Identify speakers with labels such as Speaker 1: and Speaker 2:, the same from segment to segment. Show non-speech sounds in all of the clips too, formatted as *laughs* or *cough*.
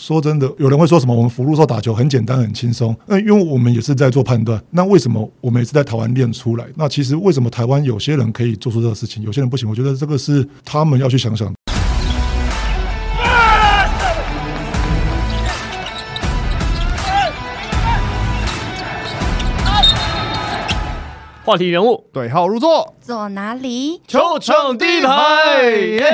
Speaker 1: 说真的，有人会说什么？我们福禄寿打球很简单，很轻松。那因为我们也是在做判断。那为什么我们也是在台湾练出来？那其实为什么台湾有些人可以做出这个事情，有些人不行？我觉得这个是他们要去想想。
Speaker 2: 话题人物
Speaker 3: 对号入座，
Speaker 4: 坐哪里？
Speaker 2: 球场第一排，耶！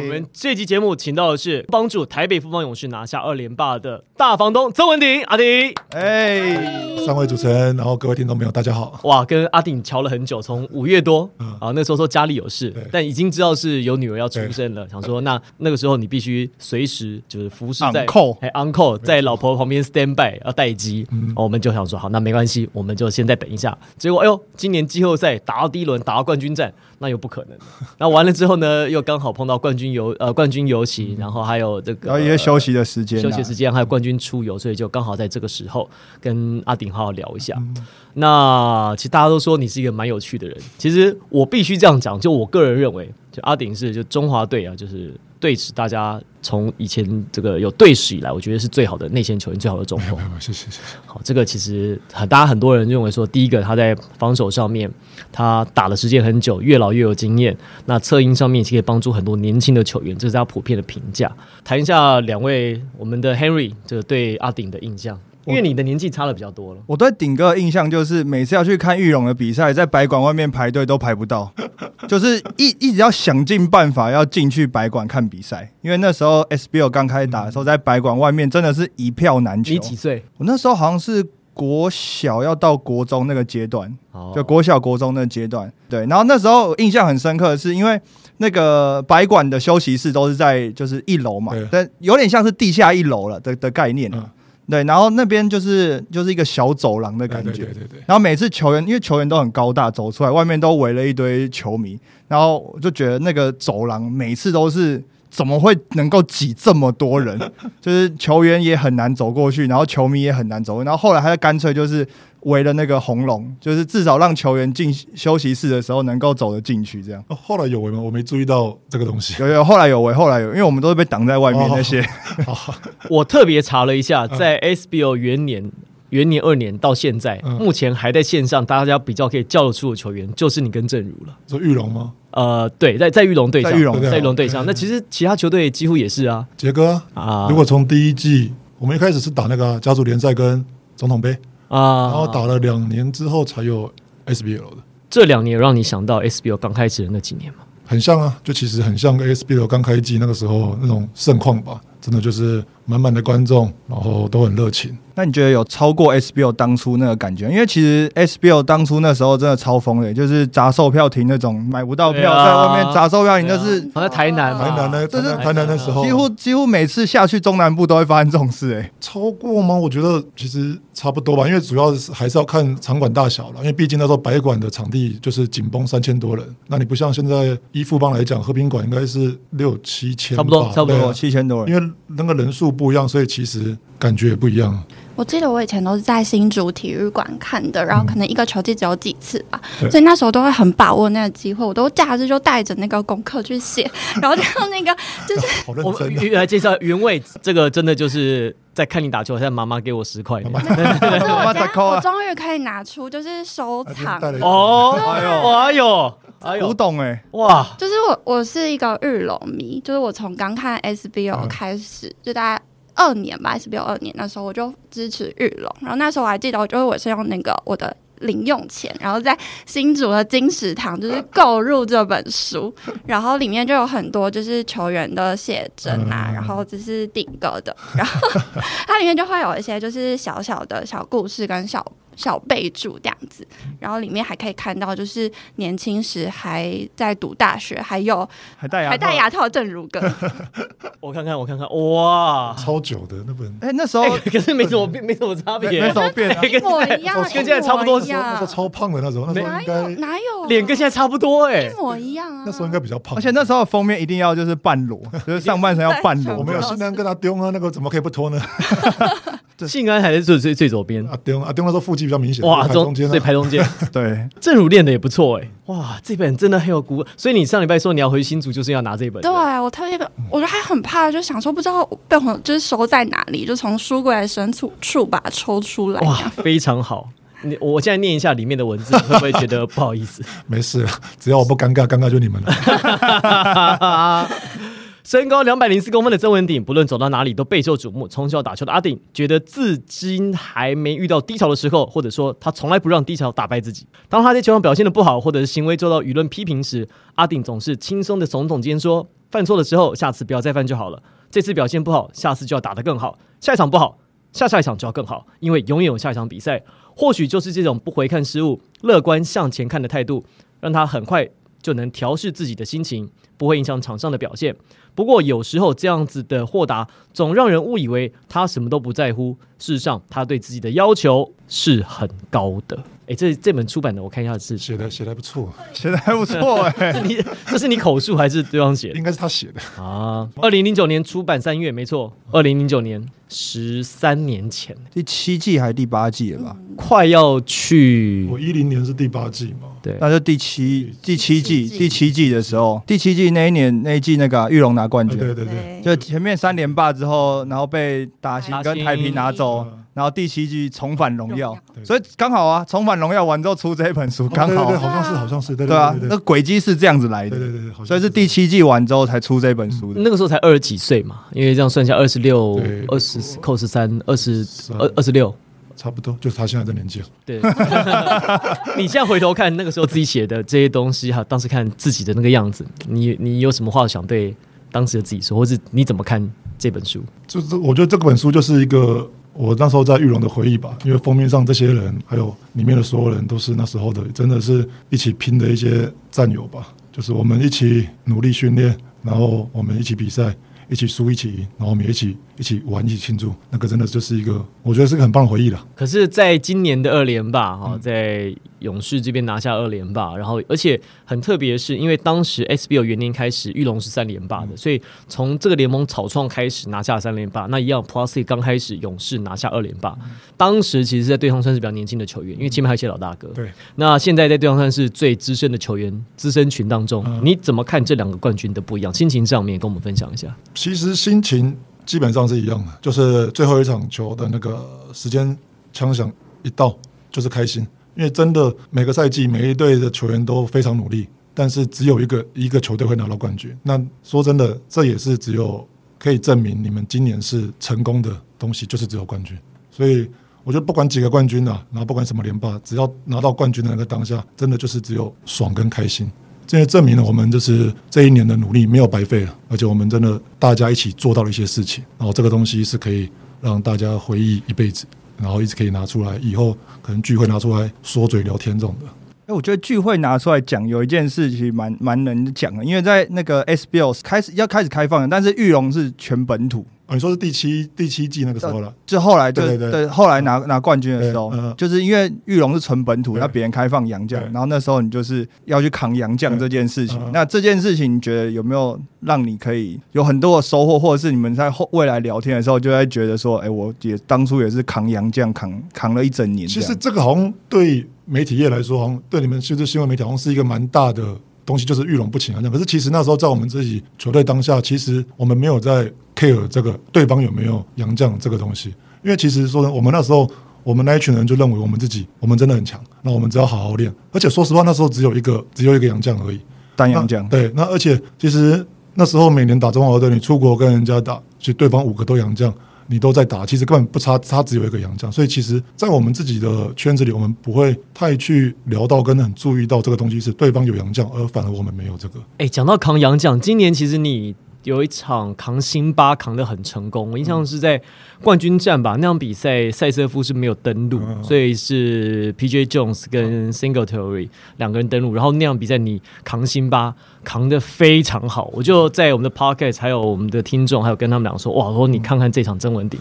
Speaker 2: 我们这期节目请到的是帮助台北富邦勇士拿下二连霸的大房东曾文鼎阿鼎。
Speaker 3: 哎，
Speaker 1: 三位主持人，然后各位听众朋友，大家好。
Speaker 2: 哇，跟阿鼎瞧了很久，从五月多啊，那时候说家里有事
Speaker 1: 对，
Speaker 2: 但已经知道是有女儿要出生了，想说那那个时候你必须随时就是服侍在
Speaker 3: On call
Speaker 2: 哎 uncle 在老婆旁边 stand by 要待机，哦我们就想说好，那没关系，我们就先再等一下。结果哎呦，今年季后赛打到第一轮，打到冠军战，那又不可能。那完了之后呢，又刚好碰到冠军游呃冠军游行，然后还有这
Speaker 3: 然后
Speaker 2: 个
Speaker 3: 一些休息的时间啊，
Speaker 2: 呃休息时间，还有冠军出游，所以就刚好在这个时候跟阿鼎好好聊一下。
Speaker 3: 嗯
Speaker 2: 那其实大家都说你是一个蛮有趣的人，其实我必须这样讲，就我个人认为，就阿鼎是就中华队啊，就是队史大家从以前这个有队史以来，我觉得是最好的内线球员，最好的中锋。
Speaker 1: 哦谢 *laughs* 谢谢谢。
Speaker 2: 好，这个其实很大家很多人认为说，第一个他在防守上面，他打的时间很久，越老越有经验。那侧应上面也是可以帮助很多年轻的球员，这是他普遍的评价。谈一下两位我们的 Henry 这个对阿鼎的印象，因为你的年纪差的比较多了。
Speaker 3: 我对顶哥的印象就是，每次要去看玉龙的比赛，在白馆外面排队都排不到， *laughs* 就是一一直要想尽办法要进去白馆看比赛。因为那时候 SBL 刚开始打的时候，在白馆外面真的是一票难
Speaker 2: 嗯
Speaker 3: 求
Speaker 2: 你。几岁？
Speaker 3: 我那时候好像是国小要到国中那个阶段，
Speaker 2: 哦
Speaker 3: 就国小国中那个阶段。对，然后那时候我印象很深刻的是，因为那个白馆的休息室都是在就是一楼嘛
Speaker 1: 对，
Speaker 3: 但有点像是地下一楼了的的概念、啊
Speaker 1: 嗯
Speaker 3: 对，然后那边就是就是一个小走廊的感觉，
Speaker 1: 对对对对。
Speaker 3: 然后每次球员，因为球员都很高大，走出来外面都围了一堆球迷，然后我就觉得那个走廊每次都是怎么会能够挤这么多人？ *laughs* 就是球员也很难走过去，然后球迷也很难走过去。然后后来他干脆就是围了那个红龙，就是至少让球员进休息室的时候能够走得进去。这样
Speaker 1: 哦后来有为吗？我没注意到这个 *laughs* 东西。
Speaker 3: 有有后来有围，后来有，因为我们都是被挡在外面
Speaker 1: 哦
Speaker 3: 那些。
Speaker 2: 我特别查了一下，
Speaker 3: 嗯
Speaker 2: 在 SBO 元年。元年二年到现在，
Speaker 1: 嗯
Speaker 2: 目前还在线上，大家比较可以叫得出的球员，就是你跟郑如了。
Speaker 1: 说玉龙吗？
Speaker 2: 呃，对，在在玉龙队上，
Speaker 3: 在玉龙
Speaker 1: 队
Speaker 2: 在玉龙队上。那其实其他球队几乎也是啊
Speaker 1: 杰哥啊，
Speaker 2: 啊，
Speaker 1: 如果从第一季，我们一开始是打那个啊家族联赛跟总统杯，
Speaker 2: 啊，
Speaker 1: 然后打了两年之后才有 SBL 的。
Speaker 2: 这两年有让你想到 SBO 刚开始的那几年嘛？
Speaker 1: 很像啊，就其实很像 SBL 刚开季那个时候那种盛况吧，真的就是满满的观众，然后都很热情。
Speaker 3: 那你觉得有超过 SBL 当初那个感觉？因为其实 SBL 当初那时候真的超疯的，就是砸售票亭那种，买不到
Speaker 2: 对
Speaker 3: 票、
Speaker 2: 啊
Speaker 3: 在外面砸售票亭，那是
Speaker 2: 好像在台南嘛，
Speaker 1: 台南呢，台
Speaker 3: 这是
Speaker 1: 南台南那时候
Speaker 3: 几乎几乎每次下去中南部都会发生这种事、哎，
Speaker 1: 超过吗？我觉得其实差不多吧，因为主要是还是要看场馆大小了，因为毕竟那时候白馆的场地就是紧绷三千多人，那你不像现在依富邦来讲，和平馆应该是六七千吧，
Speaker 2: 差不多差不多
Speaker 1: 对啊
Speaker 3: 有七千多人。
Speaker 1: 因为那个人数不一样，所以其实感觉也不一样。
Speaker 4: 我记得我以前都是在新竹体育馆看的，然后可能一个球季只有几次吧，
Speaker 1: 对
Speaker 4: 所以那时候都会很把握那个机会，我都假日就带着那个功课去
Speaker 1: *laughs*
Speaker 4: 写，然后就那个就是
Speaker 1: 好认
Speaker 2: 我们
Speaker 1: 真啊！
Speaker 2: 原来介绍原味，这个真的就是在看你打球，像妈妈给我十块的
Speaker 1: 妈
Speaker 4: 可是我
Speaker 3: 哇
Speaker 4: 这
Speaker 3: 咋
Speaker 4: 样
Speaker 3: 扣啊
Speaker 4: 我终于可以拿出就是收藏。
Speaker 1: 啊带了一个
Speaker 2: 哦，哎呦，哎
Speaker 3: 古
Speaker 2: 呦，
Speaker 3: 董哎、
Speaker 2: 哇！
Speaker 4: 就是我，我是一个日龙迷，就是我从刚看 SBO
Speaker 1: 嗯
Speaker 4: 开始，就大概二年吧，SBO 二年那时候我就支持日龙，然后那时候我还记得，我就是我是用那个我的零用钱，然后在新竹的金石堂就是购入这本书，然后里面就有很多就是球员的写真啊，
Speaker 1: 嗯
Speaker 4: 然后就是顶哥的，然后它里面就会有一些就是小小的小故事跟小小备注这样子，然后里面还可以看到就是年轻时还在读大学，还有
Speaker 3: 还
Speaker 2: 哎
Speaker 3: 戴牙，
Speaker 4: 还戴。牙套的郑如哥，
Speaker 2: 我看看，我看看，哇！ *laughs*
Speaker 1: 超久的那本，
Speaker 3: 哎、那时候、
Speaker 2: 哎，可是没什么变，没什么差
Speaker 3: 没
Speaker 2: 别，
Speaker 3: 没
Speaker 2: *laughs*
Speaker 3: 什么变、 *laughs* 啊，
Speaker 2: 哎跟
Speaker 4: 一模一样，
Speaker 2: 跟现在差不多
Speaker 4: 一模一
Speaker 1: 那时候
Speaker 4: 样，啊
Speaker 1: 超胖的那时候，那时候
Speaker 4: 哪
Speaker 1: 应该
Speaker 4: 有哪有
Speaker 2: 脸跟现在差不多哎
Speaker 4: 一。模一样啊？
Speaker 1: *laughs* 那时候应该比较胖，
Speaker 3: 而且那时候封面一定要 *laughs* 就是半裸，就是上半身要半
Speaker 1: *laughs*
Speaker 3: 裸。
Speaker 1: 我们有新娘跟他丢啊，那个怎么可以不脱呢？
Speaker 3: 这
Speaker 2: 信安还是最最最左边，
Speaker 1: 阿丁阿丁啊那时候腹肌比较明显，
Speaker 2: 哇，
Speaker 1: 排中间啊
Speaker 2: 对排
Speaker 1: *laughs*
Speaker 2: 中间，
Speaker 3: *laughs* 对，
Speaker 2: 正如练的也不错哎、哇，这本真的很有骨，所以你上礼拜说你要回新竹，就是要拿这本，
Speaker 4: 对啊我特别，我就还很怕，就想说不知道被我就是收在哪里，就从书柜的深处处把它抽出来。啊
Speaker 2: 哇，非常好。你我现在念一下里面的文字，你会不会觉得不好意
Speaker 1: *laughs*
Speaker 2: 思？
Speaker 1: 没事了，只要我不尴尬，尴尬就你们了。
Speaker 2: 身高两百零四公分的曾文鼎，不论走到哪里都备受瞩目。从小打球的阿鼎，觉得至今还没遇到低潮的时候，或者说他从来不让低潮打败自己。当他在球场表现的不好，或者是行为受到舆论批评时，阿鼎总是轻松的耸耸肩说：“犯错的时候，下次不要再犯就好了。这次表现不好，下次就要打得更好。下一场不好，下下一场就要更好，因为永远有下一场比赛。”或许就是这种不回看失误、乐观向前看的态度，让他很快就能调试自己的心情，不会影响场上的表现。不过有时候这样子的豁达，总让人误以为他什么都不在乎。事实上，他对自己的要求是很高的。诶，这这本出版的，我看一下是
Speaker 1: 写的写的还不错，
Speaker 3: 写的还不错哎、
Speaker 2: 是你这是你口述还是对方写
Speaker 1: 应该是他写的。
Speaker 2: 的啊？二零零九年出版三月，没错，二零零九年十三年前，
Speaker 3: *laughs* 第七季还是第八季了吧？
Speaker 2: 快要去
Speaker 1: 我一零年是第八季嘛，
Speaker 2: 对
Speaker 3: 那就第七第七季
Speaker 4: 第七季
Speaker 3: 第七季的时候，第七季那一年那一季那个啊、玉龙拿冠
Speaker 1: 啊
Speaker 3: 军，
Speaker 1: 对对对，
Speaker 4: 对，
Speaker 3: 就前面三连霸之后，然后被打新
Speaker 2: 打
Speaker 3: 跟
Speaker 2: 新
Speaker 3: 台平拿走
Speaker 1: 嗯，
Speaker 3: 然后第七季重返荣耀
Speaker 4: 荣
Speaker 1: 耀，
Speaker 3: 所以刚好啊，重返荣耀完之后出这一本书，刚
Speaker 1: 哦对对对
Speaker 3: 好
Speaker 1: 好像是好像是，对
Speaker 3: 对啊，
Speaker 1: 对
Speaker 3: 那
Speaker 1: 对
Speaker 3: 轨迹是这样子来
Speaker 1: 对对
Speaker 3: 的，
Speaker 1: 对对，好像嗯
Speaker 3: 所以是第七季完之后才出这本书的。
Speaker 2: 那个时候才二十几岁嘛，因为这样算下二十六
Speaker 1: 对、
Speaker 2: 二十扣十三、二十二
Speaker 1: 三、
Speaker 2: 二十六。
Speaker 1: 差不多，就是他现在这年纪了。
Speaker 2: 对，你现在回头看那个时候自己写的这些东西，还有当时看自己的那个样子，你你有什么话想对当时的自己说，或是你怎么看这本书？
Speaker 1: 就是我觉得这本书就是一个我那时候在玉龙的回忆吧，因为封面上这些人，还有里面的所有人，都是那时候的，真的是一起拼的一些战友吧。就是我们一起努力训练，然后我们一起比赛，一起输，一起赢，然后我们也一起一起玩，一起庆祝。那个真的就是一个，我觉得是个很棒的回忆了。
Speaker 2: 可是，在今年的二连霸哈、
Speaker 1: 嗯
Speaker 2: 在勇士这边拿下二连霸，然后而且很特别的是，因为当时 SBL 元年开始，玉龙是三连霸
Speaker 1: 嗯
Speaker 2: 的，所以从这个联盟草创开始拿下三连霸，那一样 Plus 刚开始勇士拿下二连霸，
Speaker 1: 嗯
Speaker 2: 当时其实，在对方算是比较年轻的球员，因为前面还有一些老大哥，
Speaker 1: 对，
Speaker 2: 那现在在对方算是最资深的球员资深群当中，
Speaker 1: 嗯
Speaker 2: 你怎么看这两个冠军的不一样？心情上面也跟我们分享一下。
Speaker 1: 其实心情基本上是一样的，就是最后一场球的那个时间枪响一到，就是开心，因为真的每个赛季每一队的球员都非常努力，但是只有一个一个球队会拿到冠军。那说真的，这也是只有可以证明你们今年是成功的东西，就是只有冠军。所以我觉得不管几个冠军啊，然后不管什么联霸，只要拿到冠军的那个当下，真的就是只有爽跟开心。这也证明了我们就是这一年的努力没有白费了，而且我们真的大家一起做到了一些事情，然后这个东西是可以让大家回忆一辈子，然后一直可以拿出来，以后可能聚会拿出来说嘴聊天这种的。
Speaker 3: 哎、我觉得聚会拿出来讲，有一件事情蛮蛮能讲的，因为在那个 SBL 开始要开始开放了，但是玉龙是全本土，
Speaker 1: 哦，你说是第七第七季那个时候了，
Speaker 3: 就后来就
Speaker 1: 对对对
Speaker 3: 后来拿拿冠军的时候
Speaker 1: 对嗯，
Speaker 3: 就是因为玉龙是纯本土，
Speaker 1: 对
Speaker 3: 那别人开放洋将，
Speaker 1: 对
Speaker 3: 然后那时候你就是要去扛洋将这件事情
Speaker 1: 对嗯。
Speaker 3: 那这件事情，你觉得有没有让你可以有很多的收获，或者是你们在后未来聊天的时候，就在觉得说，哎，我也当初也是扛洋将，扛扛了一整年这
Speaker 1: 其
Speaker 3: 样。
Speaker 1: 实这个好像对媒体业来说，好像对你们就是新闻媒体，好像是一个蛮大的东西，就是遇龙不请洋将。可是其实那时候在我们自己球队当下，其实我们没有在 care 这个对方有没有洋将这个东西，因为其实说呢，我们那时候。我们那一群人就认为我们自己，我们真的很强，那我们只要好好练。而且说实话，那时候只有一个，只有一个洋将而已。
Speaker 3: 单
Speaker 1: 那
Speaker 3: 洋将，
Speaker 1: 对，那而且其实那时候每年打中华队，你出国跟人家打，其实对方五个都洋将，你都在打，其实根本不差，差只有一个洋将。所以其实，在我们自己的圈子里，我们不会太去聊到跟很注意到这个东西是对方有洋将，而反而我们没有这个。
Speaker 2: 哎，讲到扛洋将，今年其实你有一场扛辛巴扛得很成功，我印象是在冠军战吧，那场比赛塞瑟夫是没有登陆，
Speaker 1: 嗯
Speaker 2: 所以是 PJ Jones 跟 Singletary 两个人登陆，然后那场比赛你扛辛巴扛得非常好，我就在我们的 podcast 还有我们的听众还有跟他们讲说，哇，我说你看看这场曾文鼎，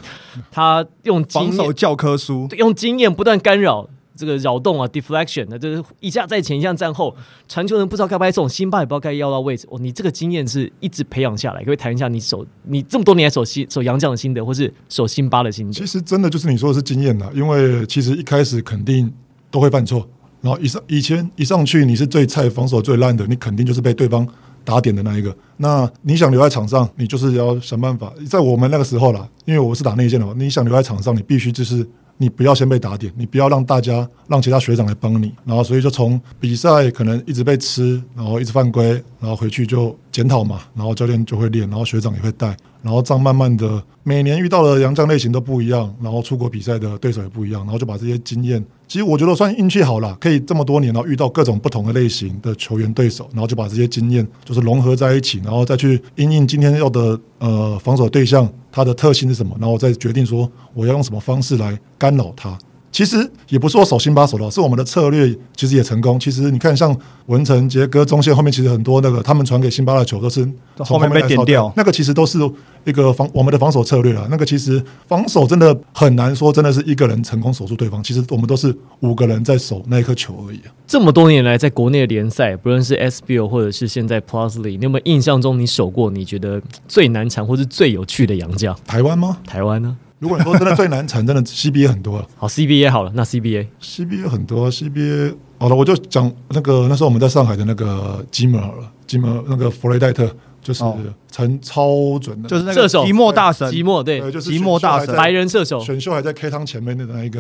Speaker 2: 他用经验
Speaker 3: 防守教科书，
Speaker 2: 用经验不断干扰这个扰动啊，deflection 那就是一下在前一下站后，传球人不知道该拍送，辛巴也不知道该要到位置。哦，你这个经验是一直培养下来，可不可以谈一下你手你这么多年来手心手杨将的心得，或是手辛巴的心得
Speaker 1: 其？实真的就是你说的是经验啦，因为其实一开始肯定都会犯错，然后以上以前一上去你是最菜、防守最烂的，你肯定就是被对方打点的那一个。那你想留在场上，你就是要想办法。在我们那个时候啦，因为我是打内线的嘛，你想留在场上，你必须就是你不要先被打点，你不要让大家让其他学长来帮你。然后所以就从比赛可能一直被吃，然后一直犯规，然后回去就检讨嘛，然后教练就会练，然后学长也会带。然后这样慢慢的，每年遇到的洋将类型都不一样，然后出国比赛的对手也不一样，然后就把这些经验，其实我觉得算运气好啦，可以这么多年，然后遇到各种不同的类型的球员对手，然后就把这些经验就是融合在一起，然后再去因应今天要的呃防守对象他的特性是什么，然后再决定说我要用什么方式来干扰他。其实也不是我手心把手的，是我们的策略其实也成功。其实你看，像文成、杰哥中线后面，其实很多那个他们传给辛巴的球都是从
Speaker 3: 后面被
Speaker 1: 来
Speaker 3: 点
Speaker 1: 抄的
Speaker 3: 掉
Speaker 1: 那个其实都是一个防我们的防守策略了。那个其实防守真的很难说，真的是一个人成功守住对方。其实我们都是五个人在守那一颗球而已、啊。
Speaker 2: 这么多年来，在国内的联赛，不论是 SBO 或者是现在 Plus 里，你有没有印象中你守过你觉得最难缠或是最有趣的洋将？
Speaker 1: 台湾吗？
Speaker 2: 台湾呢？
Speaker 1: 如果你说真的最难缠，真的 CBA 很多了
Speaker 2: 好，CBA 好了，那 CBA
Speaker 1: ，CBA 很多啊，CBA 好了，我就讲那个那时候我们在上海的那个吉姆好了，吉姆那个弗雷戴特就是
Speaker 3: 哦
Speaker 1: 陈超准的，
Speaker 3: 就是那
Speaker 2: 射
Speaker 3: 个
Speaker 2: 手
Speaker 3: 提莫大神，
Speaker 2: 寂寞对
Speaker 1: 对，就是
Speaker 3: 寂寞大神
Speaker 1: 选秀还在
Speaker 2: 白人射手
Speaker 1: 选秀还在 K 汤前面的那
Speaker 3: *laughs*
Speaker 1: 一个，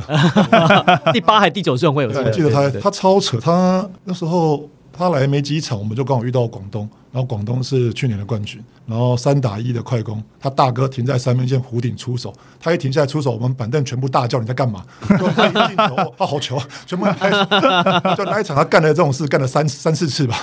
Speaker 2: 第八还第九顺会，我
Speaker 1: 对我记得
Speaker 2: 对
Speaker 1: 他
Speaker 2: 对对
Speaker 1: 他超扯，他那时候他来没几场，我们就刚好遇到广东，然后广东是去年的冠军，然后三打一的快攻，他大哥停在三分线弧顶出手，他一停下来出手，我们板凳全部大叫你在干嘛？就他一进球，哦他好球，全部人开始，就那一场他干了这种事，干了三三四次吧，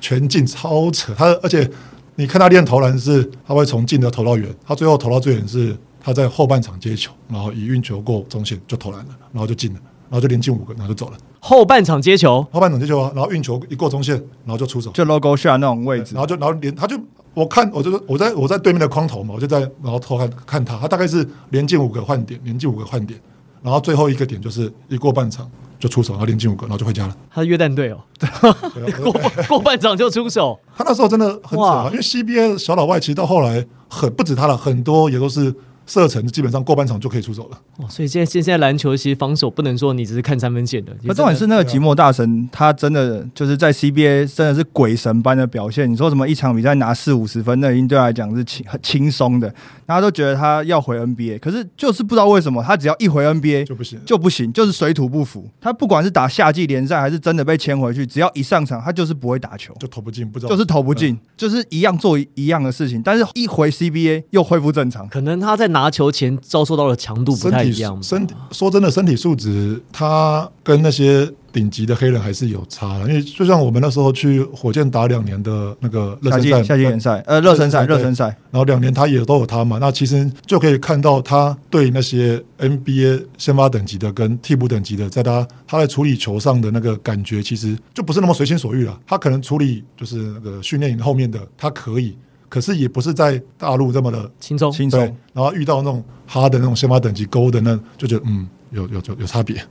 Speaker 1: 全进超扯，他而且。你看他练投篮是，他会从近的投到远，他最后投到最远是他在后半场接球，然后以运球过中线就投篮了，然后就进了，然后就连进五个，然后就走了。
Speaker 2: 后半场接球，
Speaker 1: 后半场接球啊，然后运球一过中线，然后就出手，
Speaker 3: 就 logo shot 那种位置
Speaker 1: 然，后就然后连他就我看我就说我在我在对面的框头嘛，我就在然后偷看看他，他大概是连进五个换点，连进五个换点，然后最后一个点就是一过半场就出手，然后连进五个，然后就回家了。
Speaker 2: 他是约旦队哦，
Speaker 1: 对啊
Speaker 2: *laughs* 过过半场就出手，
Speaker 1: 他那时候真的很扯、
Speaker 2: 哇
Speaker 1: 啊，因为 CBA 的小老外其实到后来很不止他了，很多也都是射程基本上过半场就可以出手了。
Speaker 2: 哇！哦所以现在现在篮球其实防守不能说你只是看三分线的，
Speaker 3: 可重点是那个
Speaker 1: 对啊
Speaker 3: 吉莫大神，他真的就是在 CBA 真的是鬼神般的表现。你说什么一场比赛拿四五十分，那已经对他来讲是轻很轻松的，大家都觉得他要回 NBA，可是就是不知道为什么他只要一回 NBA
Speaker 1: 就不行了
Speaker 3: 就不行，就是水土不服。他不管是打夏季联赛还是真的被签回去，只要一上场他就是不会打球，
Speaker 1: 就投不进，不知道嗯
Speaker 3: 就是投不进，就是一样做一样的事情，但是一回 CBA 又恢复正常。
Speaker 2: 可能他在拿球前遭受到的强度不
Speaker 1: 身
Speaker 2: 太
Speaker 1: 体
Speaker 2: 一样吧，
Speaker 1: 身体说真的，身体素质他跟那些顶级的黑人还是有差的，因为就像我们那时候去火箭打两年的那个热
Speaker 3: 夏季
Speaker 1: 身
Speaker 3: 夏
Speaker 1: 赛，
Speaker 3: 季联赛，呃，热身赛，
Speaker 1: 热
Speaker 3: 热
Speaker 1: 身
Speaker 3: 身赛，
Speaker 1: 然后两年他也都有他嘛，那其实就可以看到他对那些 NBA 先发等级的跟替补等级的，在他他在处理球上的那个感觉，其实就不是那么随心所欲了。他可能处理就是那个训练营后面的，他可以，可是也不是在大陆这么的
Speaker 2: 轻松。
Speaker 3: 轻
Speaker 1: 对，
Speaker 3: 松。
Speaker 1: 然后遇到那种哈的那种先发等级勾的那，就觉得嗯，有有有有差别。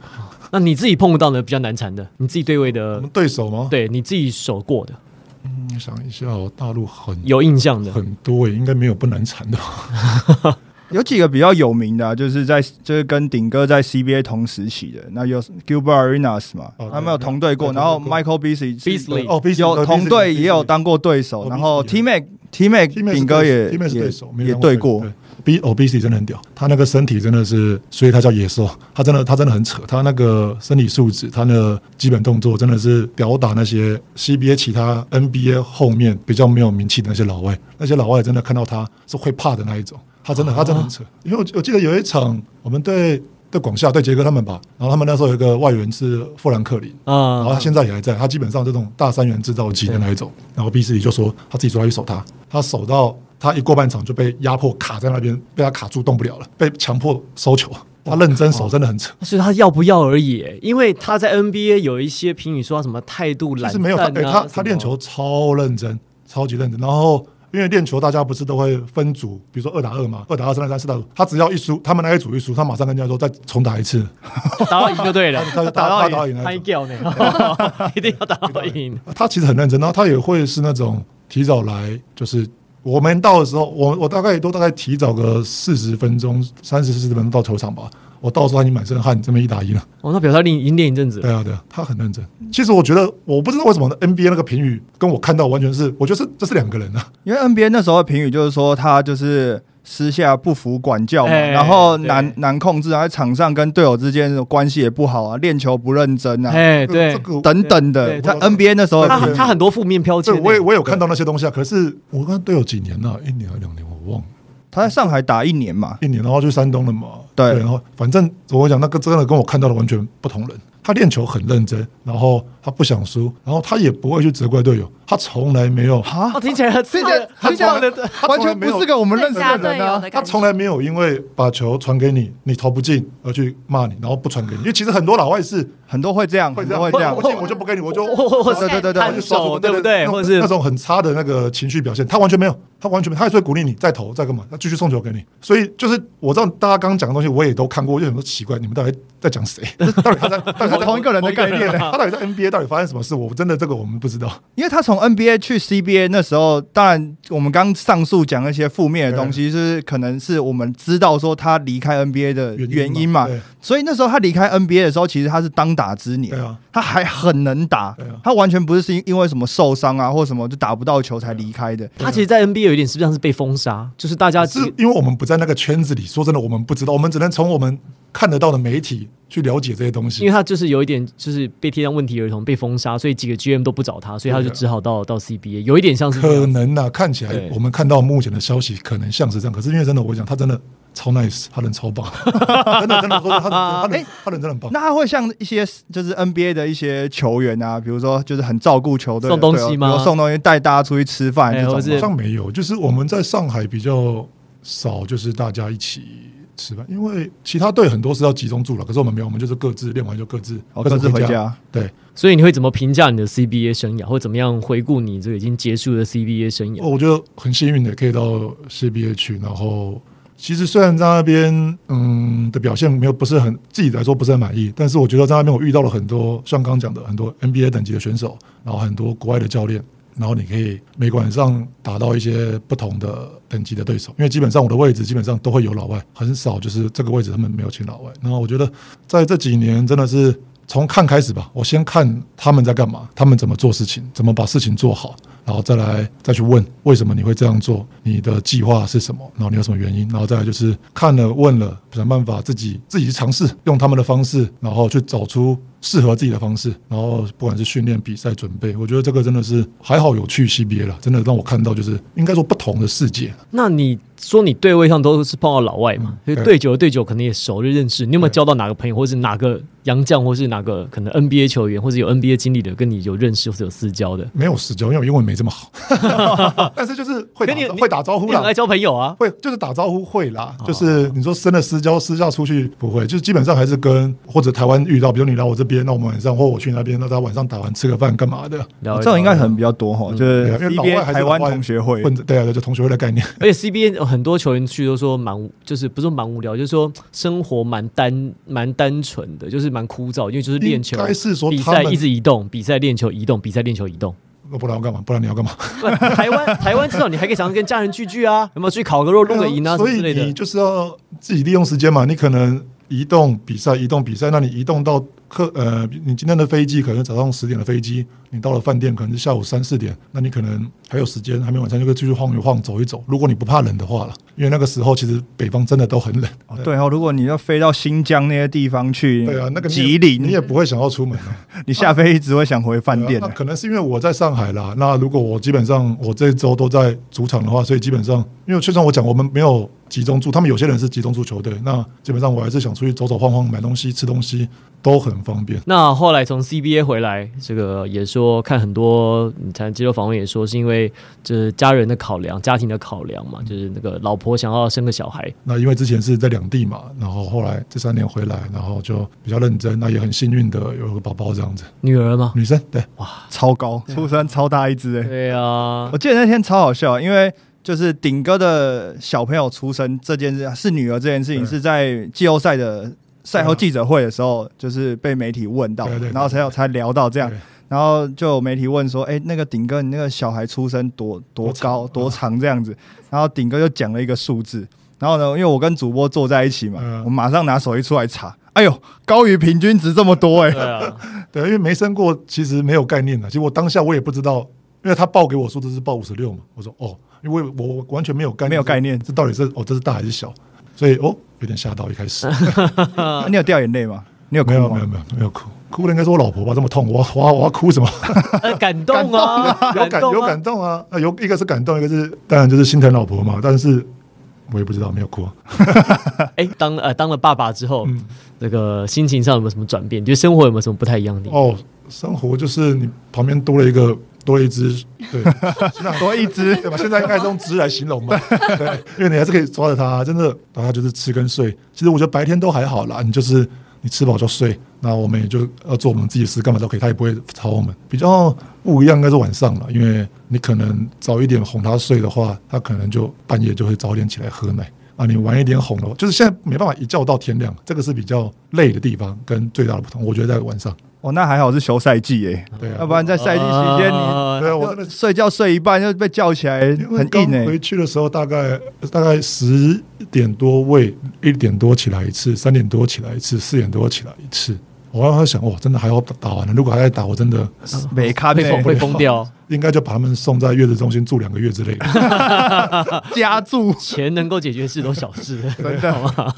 Speaker 2: 那你自己碰到的比较难缠的，你自己对位
Speaker 1: 我
Speaker 2: 的
Speaker 1: 们，哦对手吗？，
Speaker 2: 对你自己守过的
Speaker 1: 嗯，想一下哦，大陆很
Speaker 2: 有印象的，
Speaker 1: 很多耶，应该没有不难缠的吧。
Speaker 3: 有几个比较有名的、啊，就是在就是跟顶哥在 CBA 同时期的，那有 Gilbert Arenas 嘛，
Speaker 1: 哦对
Speaker 3: 他们有同队过，
Speaker 1: 对
Speaker 3: 然后
Speaker 1: 同队
Speaker 3: Michael Beasley 是
Speaker 2: Beasley
Speaker 1: 哦，毕竟
Speaker 3: 有同队也有
Speaker 1: 当
Speaker 3: 当过对手
Speaker 1: 哦，
Speaker 3: 然后
Speaker 1: Beasley
Speaker 3: T Mac T Mac 顶哥也
Speaker 1: 因为是
Speaker 3: 也
Speaker 1: 对手，没有
Speaker 3: 也
Speaker 1: 当过
Speaker 3: 对过，。
Speaker 1: B O B C 真的很屌，他那个身体真的是，所以他叫野兽，他真的他真的很扯，他那个身体素质，他的基本动作真的是吊打那些 CBA 其他 NBA 后面比较没有名气的那些老外，那些老外真的看到他是会怕的那一种，他真的他真的很扯，啊因为我我记得有一场我们对对广厦对杰哥他们吧，然后他们那时候有一个外援是富兰克林，然后
Speaker 2: 啊
Speaker 1: 他，现在也还在，他基本上这种大三元制造机的那一种。然后 B 四里就说他自己说要去守他，他守到他一过半场就被压迫卡在那边，被他卡住动不了了，被强迫收球。他认真守真的很扯，
Speaker 2: 所以他要不要而已，因为他在 NBA 有一些评语说他什么态度
Speaker 1: 就
Speaker 2: 懒
Speaker 1: 是没有他，
Speaker 2: 散
Speaker 1: 哎，
Speaker 2: 啊，
Speaker 1: 他
Speaker 2: 什么
Speaker 1: 他练球超认真，超级认真。然后因为练球大家不是都会分组，比如说二打二嘛，二打二、三打三、四打五，他只要一输，他们那一组一输，他马上跟人家说再重打一次，
Speaker 2: 打到赢就对了，
Speaker 1: 他就
Speaker 3: 打到
Speaker 1: 他
Speaker 3: 赢
Speaker 1: 打赢那
Speaker 2: 拍
Speaker 1: 一组。
Speaker 2: 掉
Speaker 1: *laughs*
Speaker 2: 呢，一定要打到赢。
Speaker 1: 他其实很认真，然后他也会是那种提早来，就是我们到的时候，我我大概都大概提早个四十分钟、三十四十分钟到球场吧。我到时候他已经满身汗，这么一打一了。
Speaker 2: 哦，那表示他练已经练一阵子了
Speaker 1: 对。啊，对啊，他很认真。其实我觉得，我不知道为什么 NBA 那个评语跟我看到完全是，我觉得是这是两个人啊。
Speaker 3: 因为 NBA 那时候的评语就是说他就是私下不服管教嘛，
Speaker 2: 哎
Speaker 3: 然后
Speaker 2: 对
Speaker 3: 难难控制，然后在场上跟队友之间的关系也不好啊，练球不认真啊，
Speaker 2: 哎，对
Speaker 1: 这，个我
Speaker 3: 等等的。
Speaker 2: 对
Speaker 3: 他
Speaker 1: 对
Speaker 3: NBA 那时候的
Speaker 2: 他
Speaker 3: 评
Speaker 2: 很
Speaker 3: 语
Speaker 2: 他很多负面标签
Speaker 1: 这
Speaker 2: 呢。
Speaker 1: 我也我也有看到那些东西啊。可是我跟队友几年了、一年还两年我忘了，
Speaker 3: 他在上海打一年嘛，
Speaker 1: 一年，然后去山东了嘛。
Speaker 3: 对
Speaker 1: 然后反正我讲那个真的跟我看到的完全不同人。他练球很认真，然后他不想输，然后他也不会去责怪队友，他从来没有，
Speaker 3: 哈
Speaker 2: 哦，，听起来很
Speaker 3: 听起来
Speaker 2: 很
Speaker 3: 听起来
Speaker 2: 棒的，
Speaker 1: 他从
Speaker 3: 完
Speaker 1: 来
Speaker 3: 全
Speaker 1: 没有
Speaker 3: 不是个我们认识
Speaker 4: 对
Speaker 3: 的
Speaker 4: 队
Speaker 3: 人
Speaker 4: 友
Speaker 3: 啊。
Speaker 4: 的
Speaker 1: 他
Speaker 4: 感觉，
Speaker 1: 从来没有因为把球传给你，你投不进而去骂你，然后不传给你。因为其实很多老外是
Speaker 3: 很多会这样，
Speaker 1: 会
Speaker 3: 很
Speaker 1: 这
Speaker 3: 多
Speaker 1: 样，
Speaker 3: 会这样
Speaker 1: 不。进我就不给你，我就
Speaker 2: 或或或
Speaker 3: 对对对对
Speaker 1: 我
Speaker 2: 看
Speaker 1: 就
Speaker 2: 手，
Speaker 1: 手，
Speaker 2: 对不对？
Speaker 1: 那
Speaker 2: 或者是
Speaker 1: 那种很差的那个情绪表现，他完全没有，他完全没有，他还是会鼓励你再投再干嘛，他继续送球给你。所以就是我知道大家刚刚讲的东西，我也都看过，我就很多奇怪，你们到底在讲谁？到底他在到底他在
Speaker 3: 同一个人的概念
Speaker 1: 同一个人他到底在 NBA 到底发生什么事？我真的这个我们不知道。
Speaker 3: 因为他从 NBA 去 CBA 那时候，当然我们刚上述讲一些负面的东西，就是可能是我们知道说他离开 NBA 的原因嘛
Speaker 1: 对，
Speaker 3: 所以那时候他离开 NBA 的时候，其实他是当打之年
Speaker 1: 对，啊，
Speaker 3: 他还很能打
Speaker 1: 对啊，
Speaker 3: 他完全不是因因为什么受伤啊或什么就打不到球才离开的。
Speaker 2: 他其实，在 NBA 有一点是不是像是被封杀？就是大家
Speaker 1: 是因为我们不在那个圈子里，说真的，我们不知道，我们只能从我们看得到的媒体去了解这些东
Speaker 2: 因为
Speaker 1: 西。
Speaker 2: 他就是有一点就是被贴上问题儿童被封杀，所以几个 GM 都不找他，所以他就
Speaker 1: 对啊
Speaker 2: 只好到到 CBA，有一点像是这
Speaker 1: 可
Speaker 2: 样。
Speaker 1: 能啊，看起来
Speaker 2: 对
Speaker 1: 我们看到目前的消息，可能像是这样。可是因为真的，我讲他真的超 nice，他人超
Speaker 3: *laughs*
Speaker 1: 棒，真的真的，说真的他人他人他人真的很棒。
Speaker 3: 那他会像一些就是 NBA 的一些球员啊，比如说就是很照顾球队的
Speaker 2: 送
Speaker 3: 啊
Speaker 2: 东西吗
Speaker 3: 队友比如送东西带大家出去吃饭
Speaker 2: 哎
Speaker 3: 这种
Speaker 2: 或
Speaker 3: 吗。
Speaker 2: 是
Speaker 1: 好像没有，就是我们在上海比较少，就是大家一起吃饭，因为其他队很多是要集中住了，可是我们没有，我们就是各自练完就各自
Speaker 3: 哦各自回
Speaker 1: 回
Speaker 3: 家。
Speaker 1: 对，
Speaker 2: 所以你会怎么评价你的 CBA 生涯，或怎么样回顾你这个已经结束的 CBA 生涯？
Speaker 1: 哦我觉得很幸运的可以到 CBA 去，然后。其实虽然在那边，嗯的表现没有不是很自己来说不是很满意，但是我觉得在那边我遇到了很多像刚刚讲的很多 NBA 等级的选手，然后很多国外的教练，然后你可以每个晚上打到一些不同的等级的对手，因为基本上我的位置基本上都会有老外，很少就是这个位置他们没有请老外。然后我觉得在这几年真的是从看开始吧，我先看他们在干嘛，他们怎么做事情，怎么把事情做好，然后再来再去问为什么你会这样做，你的计划是什么，然后你有什么原因，然后再来就是看了问了，想办法自己自己去尝试，用他们的方式，然后去找出适合自己的方式，然后不管是训练、比赛准备，我觉得这个真的是还好有去 CBA 了，真的让我看到就是应该说不同的世界。
Speaker 2: 那你说你对位上都是碰到老外嘛，
Speaker 1: 嗯
Speaker 2: 所以对久了对久可能也熟就认识。你有没有交到哪个朋友，或是哪个洋将，或是哪个可能 NBA 球员，或者有 NBA 经历的，跟你有认识或者有私交的？
Speaker 1: 没有私交，因为我英文没这么好， *laughs* 但是就是会打
Speaker 2: 可你你
Speaker 1: 会打招呼
Speaker 2: 你很
Speaker 1: 啦
Speaker 2: 爱，交朋友啊，
Speaker 1: 会就是打招呼会啦，
Speaker 2: 哦
Speaker 1: 就是你说深的私交私下出去不会，就是基本上还是跟或者台湾遇到，比如你来我这边，那我们晚上或我去那边，那大家晚上打完吃个饭干嘛的，
Speaker 2: 聊一聊
Speaker 3: 这种应该可能比较多哈，就
Speaker 1: 对
Speaker 3: 是
Speaker 1: 啊，因为老
Speaker 3: CBA
Speaker 1: 外还是
Speaker 3: 台湾
Speaker 1: 老外
Speaker 3: 同学会，
Speaker 1: 混着对啊，对就同学会的概念， *laughs*
Speaker 2: 而且 CBA 很多球员去都说蛮无，就是不是说蛮无聊，就是说生活蛮单蛮单纯的，就是蛮枯燥，因为就是练球
Speaker 1: 应该是说
Speaker 2: 比
Speaker 1: 他
Speaker 2: 赛
Speaker 1: 们
Speaker 2: 一直移动，比赛练球移动，比赛练球移动。
Speaker 1: 不然要干嘛？不然你要干嘛？*laughs*
Speaker 2: 不然台湾台湾至少你还可以常常跟家人聚聚啊，有没有去烤个肉、露个营啊什
Speaker 1: 所
Speaker 2: 么
Speaker 1: 以
Speaker 2: 之类
Speaker 1: 你
Speaker 2: 的。
Speaker 1: 就是要自己利用时间嘛，你可能移动比赛，移动比赛，那你移动到客呃，你今天的飞机可能早上十点的飞机，你到了饭店可能是下午三四点，那你可能还有时间，还没晚餐就可以继续晃一晃、走一走。如果你不怕冷的话了，因为那个时候其实北方真的都很冷。
Speaker 3: 哦对哦，如果你要飞到新疆那些地方去，
Speaker 1: 对啊，那个你也
Speaker 3: 吉林，
Speaker 1: 你也不会想要出门啊。
Speaker 3: 你下飞机只会想回 *laughs* 饭店
Speaker 1: 对啊
Speaker 3: 的
Speaker 1: 那。可能是因为我在上海啦。那如果我基本上我这一周都在主场的话，所以基本上，因为就像我讲，我们没有集中住，他们有些人是集中住球队，那基本上我还是想出去走走晃晃，买东西、吃东西都很方便。
Speaker 2: 那后来从 CBA 回来，这个也说看很多，你才接受访问也说是因为就是家人的考量、家庭的考量嘛，就是那个老婆婆想要生个小孩，
Speaker 1: 那因为之前是在两地嘛，然后后来这三年回来，然后就比较认真，那也很幸运的有个宝宝这样子，
Speaker 2: 女儿吗？
Speaker 1: 女生对，
Speaker 3: 超高，
Speaker 1: 啊
Speaker 3: 出生超大一只哎、
Speaker 2: 对啊
Speaker 3: 我，记得那天超好笑，因为就是顶哥的小朋友出生这件事，是女儿这件事情，
Speaker 1: 对啊
Speaker 3: 是在季后赛的赛后记者会的时候，就是被媒体问到，
Speaker 1: 对对对
Speaker 3: 然后才有才聊到这样
Speaker 1: 对，
Speaker 3: 然后就有媒体问说：“哎、那个顶哥，你那个小孩出生多多
Speaker 1: 多长嗯
Speaker 3: 高多长这样子？”然后顶哥就讲了一个数字，然后呢，因为我跟主播坐在一起嘛，
Speaker 1: 嗯
Speaker 3: 我马上拿手机出来查，哎呦，高于平均值这么多哎、
Speaker 2: 对啊，
Speaker 1: 对，因为没生过，其实没有概念的。啊其实我当下我也不知道，因为他报给我数字是报五十六嘛，我说哦，因为我我完全没有概念，
Speaker 3: 没有概念
Speaker 1: 这到底是哦这是大还是小，所以哦有点吓到一开始，
Speaker 3: 啊你有掉眼泪吗？你有哭
Speaker 1: 没有没有
Speaker 3: 吗？
Speaker 1: 没有没有哭，哭的应该是我老婆吧，这么痛，我要我要我要哭什么？
Speaker 2: 呃感动啊，
Speaker 1: 有感
Speaker 2: 动
Speaker 1: 有
Speaker 2: 啊
Speaker 1: 感动啊，呃有一个是感动，一个是当然就是心疼老婆嘛，但是我也不知道没有哭、啊，
Speaker 2: 哎，当呃当了爸爸之后
Speaker 1: 嗯，
Speaker 2: 那个心情上有没有什么转变？你觉得生活有没有什么不太一样的地方？
Speaker 1: 哦，生活就是你旁边多了一个多了一只，对，那
Speaker 3: 多一只，
Speaker 1: 对吧？现在应该是用“只”来形容吧，对，因为你还是可以抓着它，真的，然后它就是吃跟睡。其实我觉得白天都还好啦，你就是你吃饱就睡，那我们也就要做我们自己的事，干嘛都可以，它也不会吵我们。比较不一样应该是晚上了，因为你可能早一点哄它睡的话，它可能就半夜就会早点起来喝奶。啊，你晚一点哄了，就是现在没办法一觉到天亮，这个是比较累的地方跟最大的不同。我觉得在晚上，
Speaker 3: 哦，那还好是休赛季哎、
Speaker 1: 对啊，
Speaker 3: 要不然在赛季期间你
Speaker 2: 啊
Speaker 1: 对啊，我真的
Speaker 3: 就睡觉睡一半就被叫起来，
Speaker 1: 因为
Speaker 3: 很
Speaker 1: 刚
Speaker 3: 硬哎、
Speaker 1: 回去的时候大概大概十点多喂，一点多起来一次，三点多起来一次，四点多起来一次。我刚刚想，哇，真的还要打打完了？如果还在打，我真的
Speaker 3: 没咖啡
Speaker 2: 会疯会疯掉，
Speaker 1: *laughs* 应该就把他们送在月子中心住两个月之类的。*laughs*
Speaker 3: 加注，
Speaker 2: 钱能够解决事都小事，
Speaker 3: 真的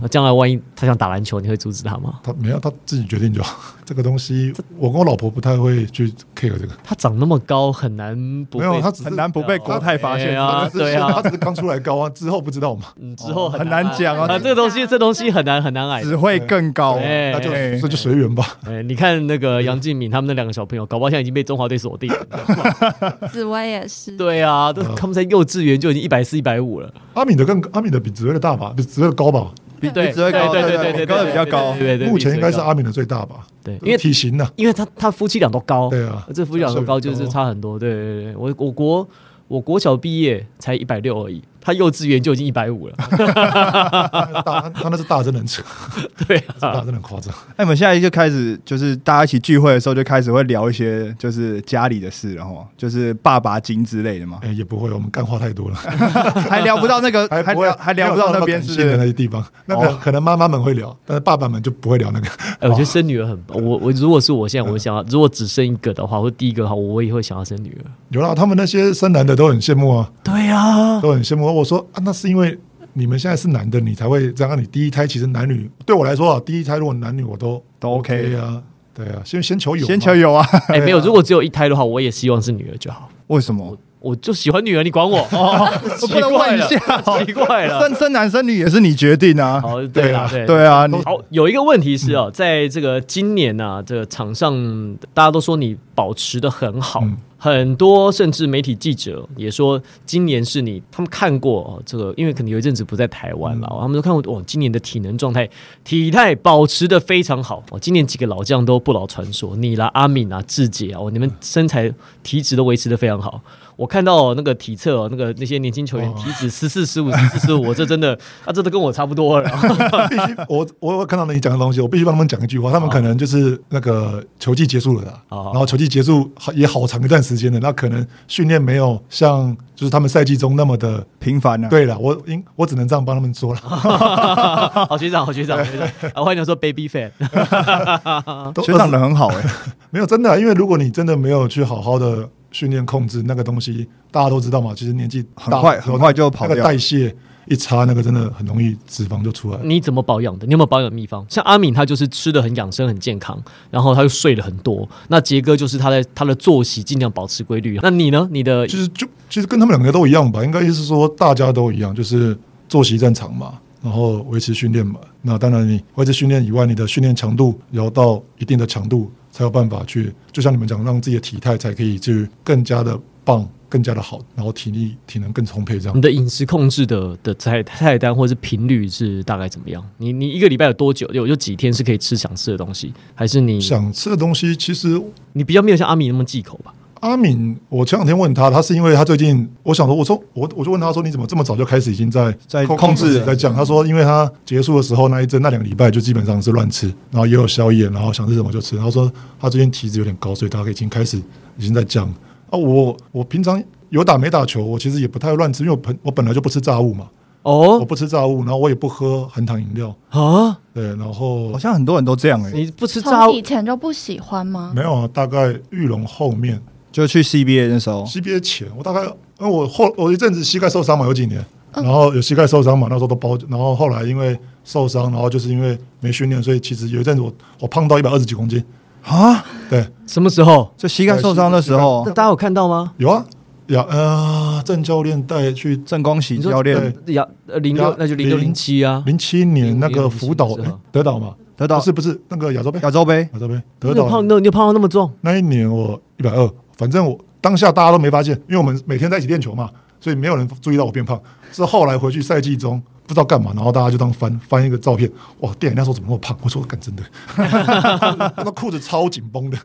Speaker 2: 那将来万一他想打篮球，你会阻止他吗？
Speaker 1: 他没有，他自己决定就好。 *laughs* 这个东西，我跟我老婆不太会去 care 这个。
Speaker 2: 他长那么高，很难不
Speaker 1: 没有，
Speaker 2: 被
Speaker 1: 他只是
Speaker 3: 很难不被国泰发
Speaker 2: 对
Speaker 3: 现。
Speaker 2: 啊
Speaker 1: 他只是
Speaker 2: 对啊
Speaker 1: 他只是刚出来高啊，之后不知道嘛。
Speaker 2: 嗯之后
Speaker 3: 很难讲哦
Speaker 2: 啊，这个东西这东西很难很难矮。
Speaker 3: 只会更高，
Speaker 2: 哎
Speaker 1: 那就
Speaker 3: 哎
Speaker 1: 这就随缘吧。
Speaker 2: 哎，你看那个杨敬敏他们那两个小朋友，搞不好现在已经被中华队锁定了。你知道吗
Speaker 4: 紫薇也是，
Speaker 2: 对啊，都他们在幼稚园就已经一百四、一百五了。
Speaker 1: 阿敏的更阿敏的比紫薇的大吧，比紫薇的高吧。
Speaker 3: 比
Speaker 2: 对
Speaker 3: 比只会高，
Speaker 2: 对对对
Speaker 3: 比
Speaker 2: 对，
Speaker 3: 高的比较高
Speaker 2: 对。对对，
Speaker 1: 目前应该是
Speaker 2: 阿
Speaker 1: 阿敏的最大吧，
Speaker 2: 对，因为
Speaker 1: 体型啊呢、
Speaker 2: 因为他他夫妻俩都高，
Speaker 1: 对啊
Speaker 2: 这夫妻俩都高就是差很多。对对对，我我国我国小毕业才一百六而已，他幼稚园就已经一百五了。 *laughs*
Speaker 1: 大他他那是大真的很扯，
Speaker 2: 对
Speaker 1: 大
Speaker 2: 啊
Speaker 1: 真，的很夸张。
Speaker 3: 哎那我们现在就开始，就是大家一起聚会的时候，就开始会聊一些就是家里的事，然后就是爸爸经之类
Speaker 1: *laughs*
Speaker 3: 的嘛，
Speaker 1: 哎、也不会，我们干话太多了，
Speaker 3: 还聊不到那个，呃还
Speaker 1: 不会
Speaker 3: 聊还聊不到那边
Speaker 1: 没
Speaker 3: 是
Speaker 1: 有
Speaker 3: 不
Speaker 1: 到那么感性的那
Speaker 3: 是。哦
Speaker 1: 些地方。那个可能妈妈们会聊，但是爸爸们就不会聊那个。 *laughs*
Speaker 2: 哎，我觉得生女儿很棒。我我如果是我现在，我
Speaker 3: 嗯
Speaker 2: 想要如果只生一个的话，或第一个的话，我也会想要生女儿。
Speaker 3: *laughs*
Speaker 1: 有啦，他们那些生男的都很羡慕啊，
Speaker 2: 对啊，
Speaker 1: 都很羡慕。我说啊，那是因为你们现在是男的，你才会这样。你第一胎其实男女对我来说啊，第一胎如果男女我都
Speaker 3: 都 OK
Speaker 1: 啊，对啊，先先求有嘛，
Speaker 3: 先求有啊， *laughs*
Speaker 2: 哎，没有，如果只有一胎的话，我也希望是女儿就好。
Speaker 3: 为什么？
Speaker 2: 我就喜欢女儿，你管我？
Speaker 3: *laughs* 我
Speaker 2: 我
Speaker 3: 不能问一下
Speaker 2: *laughs*
Speaker 3: 哦，
Speaker 2: 奇怪
Speaker 3: *laughs*
Speaker 2: 了。
Speaker 3: 生生男生女也是你决定啊。
Speaker 2: 好，对啊，对
Speaker 3: 对啊，你
Speaker 2: 好，有一个问题是哦，在这个今年呢、啊，这个场上大家都说你保持的很好，
Speaker 1: 嗯
Speaker 2: 很多甚至媒体记者也说今年是你他们看过哦，这个，因为可能有一阵子不在台湾了，他们都看过哦，今年的体能状态、体态保持的非常好哦，今年几个老将都不老传说，你啦、阿敏啊、志杰啊，哦，你们身材体脂都维持的非常好。我看到哦那个体测哦，那个那些年轻球员
Speaker 1: 哦
Speaker 2: 体脂十四、十五、十四、十五，我这真的，啊，这都跟我差不多了。
Speaker 1: 必须 *laughs* 我我有看到你讲的东西，我必须帮他们讲一句话。他们可能就是那个球季结束了啦，
Speaker 2: 哦
Speaker 1: 然后球季结束好也好长一段时间了，那可能训练没有像就是他们赛季中那么的。
Speaker 3: 平凡啊，
Speaker 1: 对了，我应我只能这样帮他们说
Speaker 3: *laughs*
Speaker 1: 了。
Speaker 2: *laughs* 好学长，好学长，好学长。啊，欢迎说 baby fan，哦
Speaker 1: 都
Speaker 3: 学长人 *laughs* 很好哎。
Speaker 1: 没有真的啊、因为如果你真的没有去好好的训练控制那个东西，大家都知道嘛，其实年纪大
Speaker 3: 很快
Speaker 1: 之后
Speaker 3: 很快就跑
Speaker 1: 那个
Speaker 3: 掉
Speaker 1: 代谢一差，那个真的很容易脂肪就出来了。
Speaker 2: 你怎么保养的？你有没有保养秘方？像阿敏，她就是吃的很养生，很健康，然后她又睡了很多。那杰哥就是他在他的作息尽量保持规律。那你呢？你的
Speaker 1: 其实就其实跟他们两个都一样吧，应该是说大家都一样，就是作息正常嘛，然后维持训练嘛。那当然你维持训练以外，你的训练强度也要到一定的强度，才有办法去，就像你们讲，让自己的体态才可以去更加的棒、更加的好，然后体力体能更充沛这样
Speaker 2: 你。的饮食控制的的菜菜单或是频率是大概怎么样？你你一个礼拜有多久？有有几天是可以吃想吃的东西？还是啊你
Speaker 1: 想吃的东西，其实
Speaker 2: 你比较没有像阿米那么忌口吧？
Speaker 1: 阿敏，我前两天问他，他是因为他最近，我想说，我说我我就问他说，你怎么这么早就开始已经在
Speaker 3: 在
Speaker 1: 控
Speaker 3: 控制
Speaker 1: 制
Speaker 3: 了
Speaker 1: 在讲？他说，因为他结束的时候那一阵那两个礼拜就基本上是乱吃，然后也有宵夜，然后想吃什么就吃。然后说他最近体脂有点高，所以他已经开始已经在降了啊。我我平常有打没打球，我其实也不太乱吃，因为我本我
Speaker 3: 哦
Speaker 1: 本来就不吃炸物嘛，我
Speaker 2: 哦
Speaker 1: 不吃炸物，然后我也不喝含糖饮料，
Speaker 2: 啊，
Speaker 1: 对，然后
Speaker 3: 好像很多人都这样哎、
Speaker 2: 你不吃炸
Speaker 4: 从以
Speaker 2: 物
Speaker 4: 前就不喜欢吗？
Speaker 1: 没有啊，大概玉龙后面
Speaker 3: 就去 CBA 那时候，
Speaker 1: CBA 前，我大概因为我后我一阵子膝盖受伤嘛，有几年，然后有膝盖受伤嘛，那时候都包，然后后来因为受伤，然后就是因为没训练，所以其实有一阵子我我胖到一百二十几公斤，
Speaker 3: 啊，
Speaker 1: 对，
Speaker 2: 什么时候？
Speaker 3: 就膝盖受伤的时候，
Speaker 2: 大家有看到吗？
Speaker 1: 有啊，呀，呃，郑教练带去
Speaker 3: 郑光喜
Speaker 2: 你说
Speaker 3: 教练
Speaker 1: 对
Speaker 2: 呀，呃零六
Speaker 1: 呀
Speaker 2: 那就零六零七啊，
Speaker 1: 零七年那个福岛
Speaker 2: 06是吧
Speaker 1: 诶德岛嘛，
Speaker 3: 得到
Speaker 1: 不是不是那个亚洲杯，
Speaker 3: 亚洲杯，
Speaker 1: 亚洲杯
Speaker 2: 你
Speaker 1: 德
Speaker 2: 有胖
Speaker 1: 岛
Speaker 2: 那你有胖到那么重？
Speaker 1: 那一年我一百二，反正我当下大家都没发现，因为我们每天在一起练球嘛，所以没有人注意到我变胖。是后来回去赛季中不知道干嘛，然后大家就当翻翻一个照片，哇，店员那时候怎么那么胖？我说干真的， *laughs* 那裤子超紧绷的，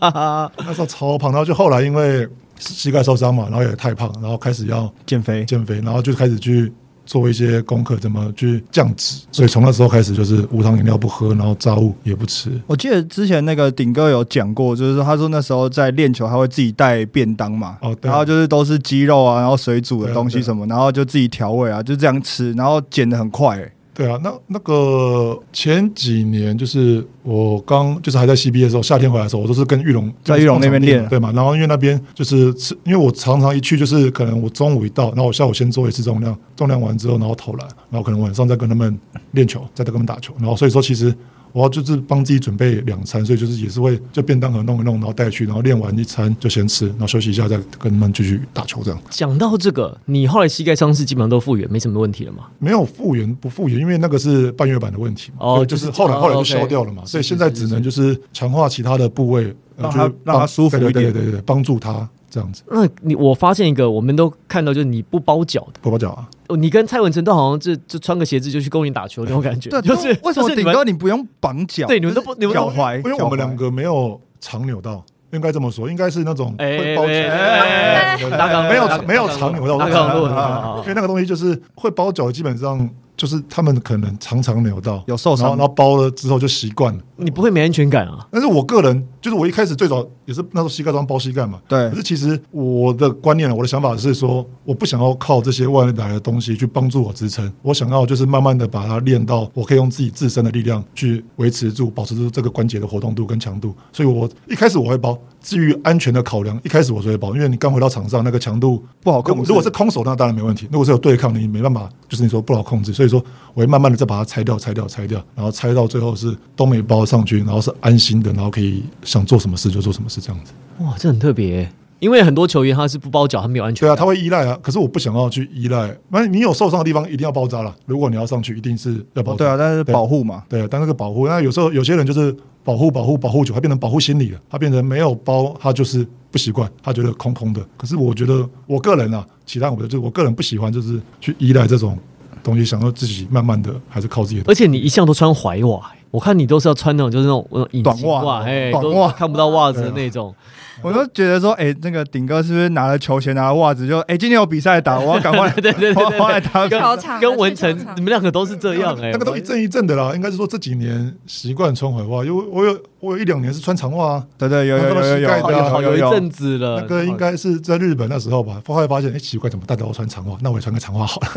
Speaker 1: *laughs* 那时候超胖。然后就后来因为膝盖受伤嘛，然后也太胖，然后开始要
Speaker 3: 减肥，
Speaker 1: 减肥，然后就开始去。做一些功课，怎么去降脂？所以从那时候开始，就是无糖饮料不喝，然后炸物也不吃。
Speaker 3: 我记得之前那个顶哥有讲过，就是说他说那时候在练球，他会自己带便当嘛，
Speaker 1: 哦对啊
Speaker 3: 然后就是都是鸡肉啊，然后水煮的
Speaker 1: 对啊
Speaker 3: 东西
Speaker 1: 对啊
Speaker 3: 什么，然后就自己调味啊，就这样吃，然后减的很快、欸。
Speaker 1: 对啊，那那个前几年就是我刚就是还在 CBA 的时候，夏天回来的时候，我都是跟玉龙
Speaker 3: 在玉龙那边练
Speaker 1: 对嘛。然后因为那边就是吃，因为我常常一去就是可能我中午一到，然后我下午先做一次重量，重量完之后然后投篮，然后可能晚上再跟他们练球，再跟他们打球。然后所以说其实我要就是帮自己准备两餐，所以就是也是会就便当盒弄一弄，然后带去，然后练完一餐就先吃，然后休息一下再跟他们继续打球这样。
Speaker 2: 讲到这个，你后来膝盖伤势基本上都复原，没什么问题了嘛？
Speaker 1: 没有复原不复原，因为那个是半月板的问题嘛。
Speaker 2: 哦
Speaker 1: 对就
Speaker 2: 就
Speaker 1: 是是后来
Speaker 2: 哦
Speaker 1: 后来就
Speaker 2: OK
Speaker 1: 消掉了嘛，所以
Speaker 2: 是
Speaker 1: 现在
Speaker 2: 是
Speaker 1: 只能就是强化其他的部位，呃就
Speaker 3: 让
Speaker 1: 是
Speaker 3: 它让它
Speaker 1: 帮
Speaker 3: 舒服
Speaker 1: 对
Speaker 3: 一点
Speaker 1: 对对对对，帮助他这样子。
Speaker 2: 那你我发现一个，我们都看到就是你不包脚的，
Speaker 1: 跛跛脚啊，
Speaker 2: 哦，你跟蔡文成都好像就就穿个鞋子就去公园打球那种感
Speaker 3: *laughs*
Speaker 2: 觉，就是
Speaker 3: 为什
Speaker 2: 就是
Speaker 3: 么
Speaker 2: 你
Speaker 3: 顶
Speaker 2: 们
Speaker 3: 哥你不用绑脚？
Speaker 2: 对你们都不
Speaker 3: 就是
Speaker 2: 你们都
Speaker 3: 脚踝，
Speaker 1: 因为我们两
Speaker 3: 个
Speaker 1: 个没有常扭到，应该这么说，应该是那种
Speaker 2: 哎
Speaker 1: 会包起
Speaker 2: 哎
Speaker 1: 来，
Speaker 2: 哎哎哎拉杠
Speaker 1: 没
Speaker 2: 拉
Speaker 1: 有
Speaker 2: 杠
Speaker 1: 没有常扭到，
Speaker 2: 拉
Speaker 1: 我
Speaker 2: 杠
Speaker 1: 说
Speaker 2: 路
Speaker 1: 常 *laughs*
Speaker 2: 啊
Speaker 1: 因为那个东西就是会包脚，基本上就是他们可能常常扭到，
Speaker 3: 有受
Speaker 1: 然后然
Speaker 3: 伤，
Speaker 1: 后包了之后就习惯了。
Speaker 2: 你不会没安全感啊？
Speaker 1: 但是我个人就是我一开始最早也是那时候膝盖装包膝盖嘛，
Speaker 3: 对
Speaker 1: 可是其实我的观念，啊我的想法是说，我不想要靠这些外来的东西去帮助我支撑，我想要就是慢慢的把它练到我可以用自己自身的力量去维持住、保持住这个关节的活动度跟强度。所以我一开始我会包，至于安全的考量，一开始我是会包，因为你刚回到场上那个强度
Speaker 3: 不好控制
Speaker 1: 如果是空手，那当然没问题；如果是有对抗，你没办法，就是你说不好控制。所以说，我会慢慢的再把它拆掉、拆掉、拆掉，然后拆到最后是都没包上去，然后是安心的，然后可以想做什么事就做什么事这样子。
Speaker 2: 哇，这很特别欸，因为很多球员他是不包脚，他没有安全
Speaker 1: 对啊，
Speaker 2: 感。
Speaker 1: 他会依赖啊，可是我不想要去依赖。那你有受伤的地方，一定要包扎了。如果你要上去，一定是要包扎。
Speaker 3: 对啊，但是保护嘛，
Speaker 1: 对，但那个保护，那有时候有些人就是保护、保护、保护久，他变成保护心理了，他变成没有包，他就是不习惯，他觉得空空的。可是我觉得我个人啊，其他我的就是我个人不喜欢，就是去依赖这种东西，想要自己慢慢的还是靠自己的。
Speaker 2: 而且你一向都穿踝袜欸，我看你都是要穿那种就是那种那种隐
Speaker 3: 短
Speaker 2: 形
Speaker 3: 袜
Speaker 2: 袜，哎，
Speaker 3: 短
Speaker 2: 都
Speaker 3: 袜
Speaker 2: 看不到袜子的那种。
Speaker 3: 我都觉得说，哎，那个顶哥是不是拿了球鞋、拿了袜子，就哎今天有比赛打，我要赶快，
Speaker 2: 对对对对
Speaker 3: 我要来
Speaker 2: *laughs*
Speaker 3: 打
Speaker 2: 跟
Speaker 3: 比
Speaker 4: 球场
Speaker 2: 跟文
Speaker 4: 去球
Speaker 2: 成
Speaker 4: 场
Speaker 2: 你们两个都是这样哎，
Speaker 1: 那个都一阵一阵的啦，应该是说这几年习惯穿踝袜，因为我有我有一两年是穿长袜啊，
Speaker 3: 对对，有有有
Speaker 1: 那个
Speaker 2: 好有
Speaker 3: 有有
Speaker 1: 膝盖
Speaker 2: 好
Speaker 1: 的
Speaker 2: 有
Speaker 3: 有
Speaker 2: 一
Speaker 3: 有
Speaker 2: 阵子了。
Speaker 1: 那个应该是在日本那时候吧，后来发现哎、诶奇怪，怎么大家都穿长袜，那我也穿个长袜好了，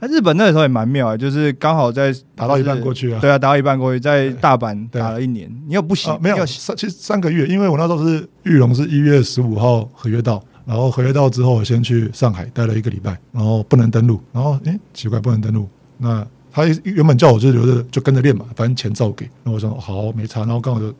Speaker 3: 那日本那时候也蛮妙的，就是刚好在
Speaker 1: 打到一半过去啊
Speaker 3: 对啊，打到一半过去，在大阪
Speaker 1: 对
Speaker 3: 打了一年。你有不行
Speaker 1: 啊，？没
Speaker 3: 你
Speaker 1: 有，三其实三个月，因为我那时候是玉龙是一月十五号合约到，然后合约到之后，我先去上海待了一个礼拜，然后不能登录，然后诶奇怪不能登录，那他原本叫我就留着就跟着练嘛，反正钱照给，那我想好没差，然后刚好就嘖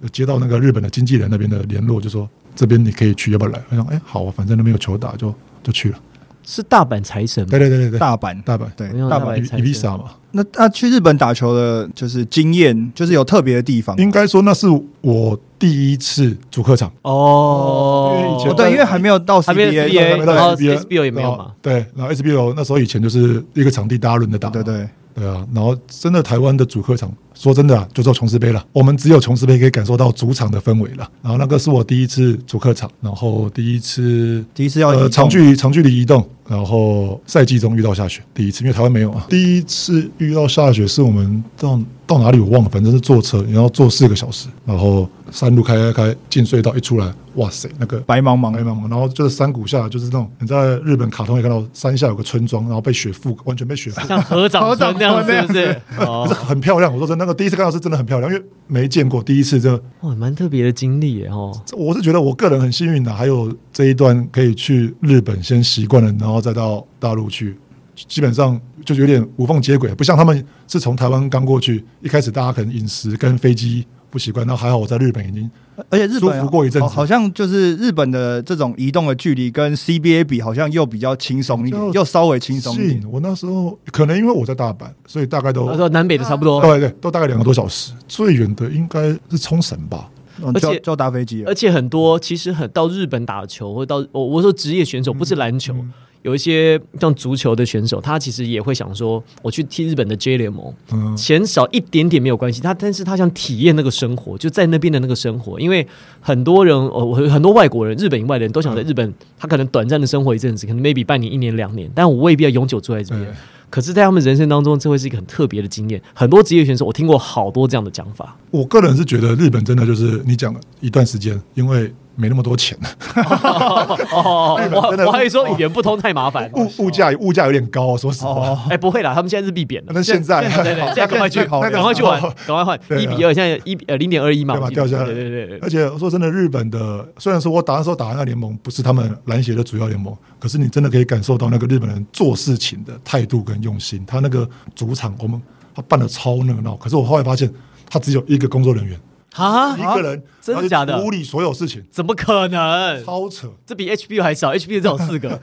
Speaker 1: 有接到那个日本的经纪人那边的联络，就说这边你可以去，要不要来？我想哎好啊，反正都没有球打就就去了。
Speaker 2: 哦是大阪财神吗
Speaker 1: 对？对对对对，
Speaker 3: 大阪。
Speaker 1: 大阪
Speaker 3: 对
Speaker 2: 没，有
Speaker 1: 大
Speaker 2: 大
Speaker 1: 阪
Speaker 2: 阪财
Speaker 1: i
Speaker 2: 神
Speaker 1: b i 嘛，
Speaker 3: 那那去日本打球的，就是经验，就是有特别的地方吗。
Speaker 1: 应该说那是我第一次主客场，
Speaker 2: 哦，
Speaker 1: 因为以前
Speaker 3: 哦，对，因为还没有到
Speaker 2: 还没有 CBA
Speaker 3: CBA，对
Speaker 2: 对哎然后
Speaker 1: SBL
Speaker 2: SBL 也没有嘛
Speaker 1: 然后对，然后 SBL 那时候以前就是一个场地大家轮着打嘛，
Speaker 3: 对对，
Speaker 1: 对啊，然后真的台湾的主客场，说真的啊，就只有琼斯杯了。我们只有琼斯杯可以感受到主场的氛围了。然后那个是我第一次主客场，然后第一次
Speaker 3: 第一次要移
Speaker 1: 呃
Speaker 3: 动
Speaker 1: 长距离长距离移动，然后赛季中遇到下雪，第一次，因为台湾没有啊。第一次遇到下雪是我们到到哪里我忘了，反正是坐车，然后坐四个小时，然后山路开开开进隧道，一出来，哇塞，那个
Speaker 3: 白茫茫
Speaker 1: 白茫茫，然后就是山谷下，就是那种你在日本卡通也看到山下有个村庄，然后被雪覆，完全被雪覆。 *laughs*
Speaker 2: 像合掌
Speaker 3: 合掌
Speaker 2: 村那样
Speaker 3: 村
Speaker 2: 是不是？
Speaker 1: 可是
Speaker 2: 哦，
Speaker 1: 很漂亮，我说真的，那个第一次看到是真的很漂亮，因为没见过，第一次就
Speaker 2: 哇，蛮特别的经历耶哦。
Speaker 1: 我是觉得我个人很幸运的，还有这一段可以去日本先习惯了，然后再到大陆去，基本上就是有点无缝接轨，不像他们是从台湾刚过去，一开始大家可能饮食跟飞机不习惯，那还好我在日本已经
Speaker 3: 而且日本
Speaker 1: 舒服过一阵子
Speaker 3: 好好像就是日本的这种移动的距离跟 CBA 比，好像又比较轻松一点，
Speaker 1: 就
Speaker 3: 又稍微轻松一
Speaker 1: 适
Speaker 3: 点。
Speaker 1: 应。我那时候可能因为我在大阪，所以大概都
Speaker 2: 他说南北的差不多，
Speaker 1: 对对，都大概两个多小时，最远的应该是冲绳吧。
Speaker 3: 嗯
Speaker 2: 而
Speaker 3: 就
Speaker 2: 且
Speaker 3: 就搭飞机了
Speaker 2: 而，且很多其实很到日本打球，或到我我说职业选
Speaker 1: 嗯
Speaker 2: 手不是篮球，有一些像足球的选手，他其实也会想说，我去踢日本的 J 联盟，
Speaker 1: 嗯，
Speaker 2: 钱少一点点没有关系，他但是他想体验那个生活，就在那边的那个生活，因为很多人哦，我很多外国人，日本以外的人都想在日本，他可能短暂的生活一阵子，可能 maybe 半年、一年、两年，但我未必要永久住在这边
Speaker 1: 对。
Speaker 2: 可是，在他们人生当中，这会是一个很特别的经验。很多职业选手，我听过好多这样的讲法。
Speaker 1: 我个人是觉得日本真的就是你讲了一段时间，因为没那么多钱，
Speaker 2: *laughs* 哦，
Speaker 1: 日本真的是
Speaker 2: 我我还以为说语言不通太麻烦。
Speaker 1: 物物价物价有点高，说实话。
Speaker 2: *laughs* 哎，不会啦，他们现在是必贬的。
Speaker 1: 那现在
Speaker 2: 对对
Speaker 3: *laughs*
Speaker 2: 对，现在赶快去，
Speaker 3: 好
Speaker 2: 赶快去玩，赶快换
Speaker 1: 对啊
Speaker 2: 一比二，现在一比呃零点二一嘛，
Speaker 1: 对吧
Speaker 2: 我记得
Speaker 1: 掉下来
Speaker 2: 对对对对对
Speaker 1: 而且说真的，日本的虽然说我打那时候打的那联盟不是他们篮协的主要联盟，可是你真的可以感受到那个日本人做事情的态度跟用心。他那个主场我们他办的超热闹，可是我后来发现他只有一个工作人员，
Speaker 2: 啊
Speaker 1: 一个人，
Speaker 2: 真的假的
Speaker 1: 然后就处理所有事情，
Speaker 2: 怎么可能？
Speaker 1: 超扯。
Speaker 2: 这比 HBO 还少，HBO 只有四个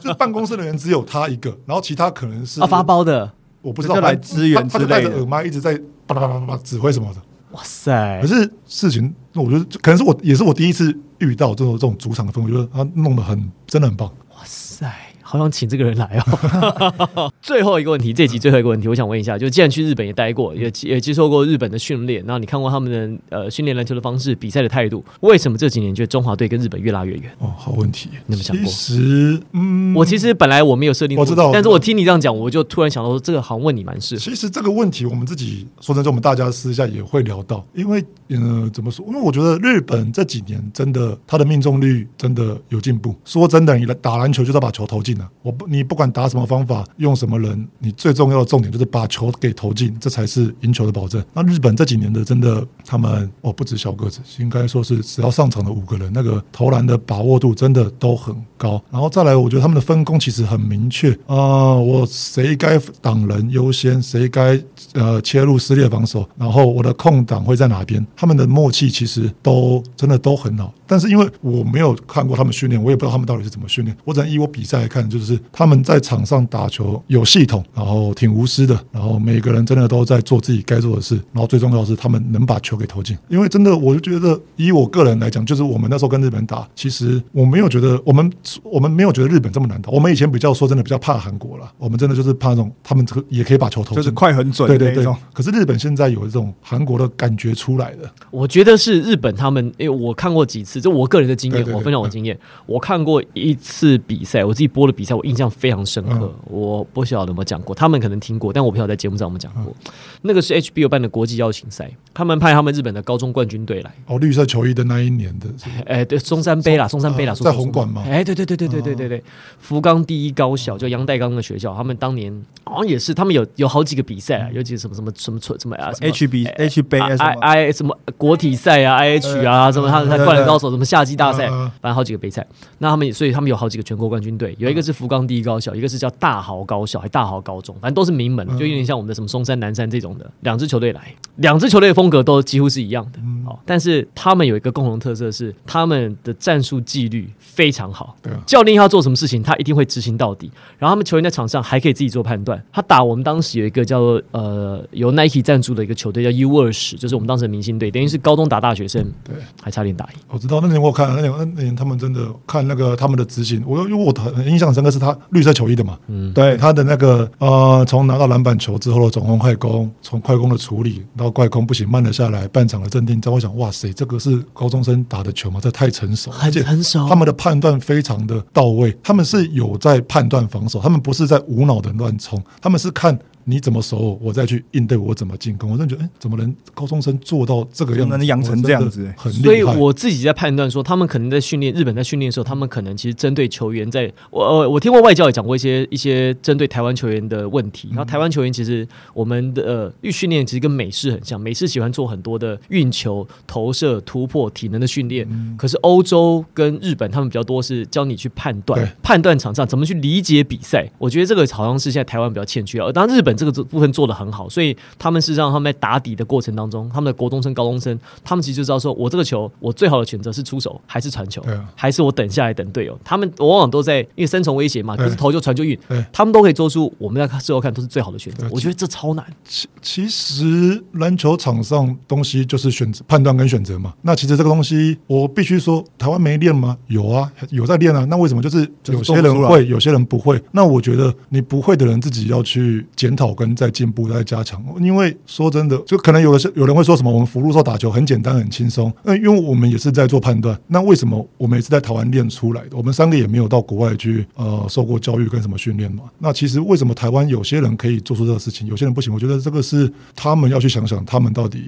Speaker 1: 就是办公室人员只有他一个，然后其他可能 *laughs* 是
Speaker 2: 啊，发包的，
Speaker 1: 我不知道
Speaker 3: 就来
Speaker 1: 反正
Speaker 3: 支援
Speaker 1: 他他就
Speaker 3: 之
Speaker 1: 戴
Speaker 3: 类
Speaker 1: 着
Speaker 3: 的
Speaker 1: 耳麦一直在叭叭叭叭叭指挥什么的。
Speaker 2: 哇塞
Speaker 1: 可！是事情，那我觉得可能是我也是我第一次遇到这种这种主场的氛围，我觉得他弄得很真的很棒。
Speaker 2: 哇塞，好想请这个人来哦。 *laughs* 最后一个问题，这集最后一个问题，我想问一下，就既然去日本也待过，也
Speaker 1: 嗯
Speaker 2: 也接受过日本的训练，然后你看过他们的呃训练篮球的方式、比赛的态度，为什么这几年觉得中华队跟日本越拉越远？
Speaker 1: 哦，好问题。
Speaker 2: 你有没有想过
Speaker 1: 其实，嗯，
Speaker 2: 我其实本来我没有设定，
Speaker 1: 我知道
Speaker 2: 但是我听你这样讲，我就突然想到说，这个好像问你蛮适合。
Speaker 1: 其实这个问题，我们自己说真的，我们大家私下也会聊到，因为呃，怎么说？因为我觉得日本这几年真的，它的命中率真的有进步。说真的，你打篮球就是要把球投进啊！我不，你不管打什么方法，用什么人，你最重要的重点就是把球给投进，这才是赢球的保证。那日本这几年的真的，他们哦，不止小个子，应该说是只要上场的五个人，那个投篮的把握度真的都很高。然后再来，我觉得他们的分工其实很明确啊、我谁该挡人优先，谁该呃切入撕裂防守，然后我的空档会在哪边，他们的默契其实都真的都很好。但是因为我没有看过他们训练，我也不知道他们到底是怎么训练，我只能以我比赛来看，就是他们在场上打球有系统，然后挺无私的，然后每个人真的都在做自己该做的事，然后最重要的是他们能把球给投进。因为真的，我就觉得以我个人来讲，就是我们那时候跟日本打，其实我没有觉得我们我们没有觉得日本这么难打，我们以前比较说真的比较怕韩国了，我们真的就是怕那种他们这个也可以把球投进，
Speaker 3: 就是快很准
Speaker 1: 对
Speaker 3: 的
Speaker 1: 对
Speaker 3: 那
Speaker 1: 对
Speaker 3: 种。。
Speaker 1: 可是日本现在有一种韩国的感觉出来了，
Speaker 2: 我觉得是日本他们，因为我看过几次，就我个人的经验，
Speaker 1: 对对对嗯
Speaker 2: 我分享我经验，我看过一次比赛，我自己播的比赛，我印象非常深刻。
Speaker 1: 嗯
Speaker 2: 我不晓得有没有讲过，他们可能听过，但我不晓得在节目上有没有讲过。
Speaker 1: 嗯
Speaker 2: 那个是 HBO 办的国际邀请赛，他们派他们日本的高中冠军队来，
Speaker 1: 哦，绿色球衣的那一年的，是
Speaker 2: 哎，对，中山杯啦，中山杯啦，
Speaker 1: 嗯呃
Speaker 2: 说错
Speaker 1: 在红馆吗嗯
Speaker 2: 哎，对对对对对对对对，福冈第一高校就杨代刚的学校，他们当年好像也是，他们有有好几个比赛啊，
Speaker 1: 嗯
Speaker 2: 有几个什么什么什么什么啊什么哎
Speaker 3: HB H 杯
Speaker 2: I
Speaker 3: 啊什
Speaker 2: I
Speaker 3: 么？
Speaker 2: I 啊什么国体赛啊，I H 啊，什么他他
Speaker 3: 对对
Speaker 2: 灌篮高手，什么夏季大赛，
Speaker 1: 嗯嗯
Speaker 2: 反正好几个杯赛。那他们也所以他们有好几个全国冠军队，有一个是福冈第一高校，一个是叫大豪高校，还大豪
Speaker 1: 嗯
Speaker 2: 高中，反正都是名门，就有点像我们的什么松山、南山这种的。两支球队来，两支球队的风格都几几乎是一样的。
Speaker 1: 嗯
Speaker 2: 好，但是他们有一个共同特色是，他们的战术纪律非常好。
Speaker 1: 对啊
Speaker 2: 教练要做什么事情，他一定会执行到底。然后他们球员在场上还可以自己做判断。他打我们当时有一个叫做呃由 Nike 赞助的一个球队叫 U 二十，就是我们当时的明星队，等于是高中打大学生，
Speaker 1: 对，
Speaker 2: 还差点打赢。
Speaker 1: 我知道那年我有看那年那年他们真的看那个他们的执行，我因为我很印象深刻是他绿色球衣的嘛，
Speaker 3: 对，
Speaker 1: 他的那个呃，从拿到篮板球之后的总攻快攻，从快攻的处理到快攻不行慢了下来，半场的镇定战，我想哇塞，这个是高中生打的球吗？这太成熟，
Speaker 2: 很
Speaker 1: 而且
Speaker 2: 成熟
Speaker 1: 他们的判断非常的到位，他们是有在判断防守，他们不是在无脑的乱冲，他们是看。你怎么守我，我再去应对我怎么进攻。我真的觉得，哎、怎么能高中生做到这个样
Speaker 3: 怎
Speaker 1: 子？
Speaker 3: 么能养成
Speaker 1: 我真的
Speaker 3: 这样子哎
Speaker 1: 很厉害。
Speaker 2: 所以我自己在判断说，他们可能在训练日本在训练的时候，他们可能其实针对球员在，我呃我听过外教也讲过一些一些针对台湾球员的问题。然后台湾球员其实我们的呃预训练其实跟美式很像，美式喜欢做很多的运球、投射、突破、体能的训练。可是欧洲跟日本他们比较多是教你去判断
Speaker 1: 对，
Speaker 2: 判断场上怎么去理解比赛。我觉得这个好像是现在台湾比较欠缺啊。当然日本这个部分做得很好，所以他们是让他们在打底的过程当中，他们的国中生、高中生，他们其实就知道说我这个球，我最好的选择是出手还是传球
Speaker 1: 对啊，
Speaker 2: 还是我等下来等队友。他们往往都在因为三重威胁嘛，
Speaker 1: 对
Speaker 2: 就是投就传就运
Speaker 1: 对，
Speaker 2: 他们都可以做出我们在事后看都是最好的选择
Speaker 1: 对。
Speaker 2: 我觉得这超难。
Speaker 1: 其其实篮球场上东西就是选择、判断跟选择嘛。那其实这个东西，我必须说，台湾没练吗？有啊，有在练啊。那为什么就是
Speaker 3: 就是
Speaker 1: 有
Speaker 3: 做
Speaker 1: 些
Speaker 3: 不出
Speaker 1: 人
Speaker 3: 来
Speaker 1: 会，有些人不会？那我觉得你不会的人自己要去检讨跟再进步、再加强。因为说真的，就可能有的是有人会说什么，我们福禄寿打球很简单、很轻松。那因为我们也是在做判断。那为什么我们也是在台湾练出来的？我们三个也没有到国外去呃受过教育跟什么训练嘛。那其实为什么台湾有些人可以做出这个事情，有些人不行？我觉得这个是他们要去想想，他们到底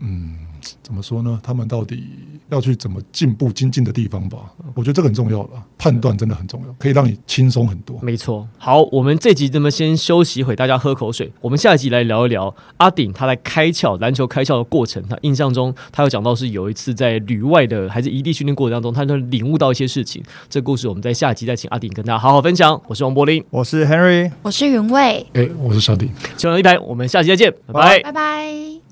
Speaker 1: 嗯。怎么说呢？他们到底要去怎么进步、精进的地方吧？我觉得这个很重要了，判断真的很重要，可以让你轻松很
Speaker 4: 嗯
Speaker 1: 多。
Speaker 2: 没错。好，我们这集这么先休息一会，大家喝口水。我们下一集来聊一聊阿鼎他来开窍篮球开窍的过程。他印象中，他有讲到是有一次在旅外的还是异地训练过程当中，他就领悟到一些事情。这故事我们在下集再请阿鼎跟大家好好分享。我是王柏林，
Speaker 3: 我是 Henry。
Speaker 4: 我是云蔚，
Speaker 1: 哎、我是小迪。
Speaker 2: 球人一排，我们下集再见，拜拜
Speaker 4: 拜拜。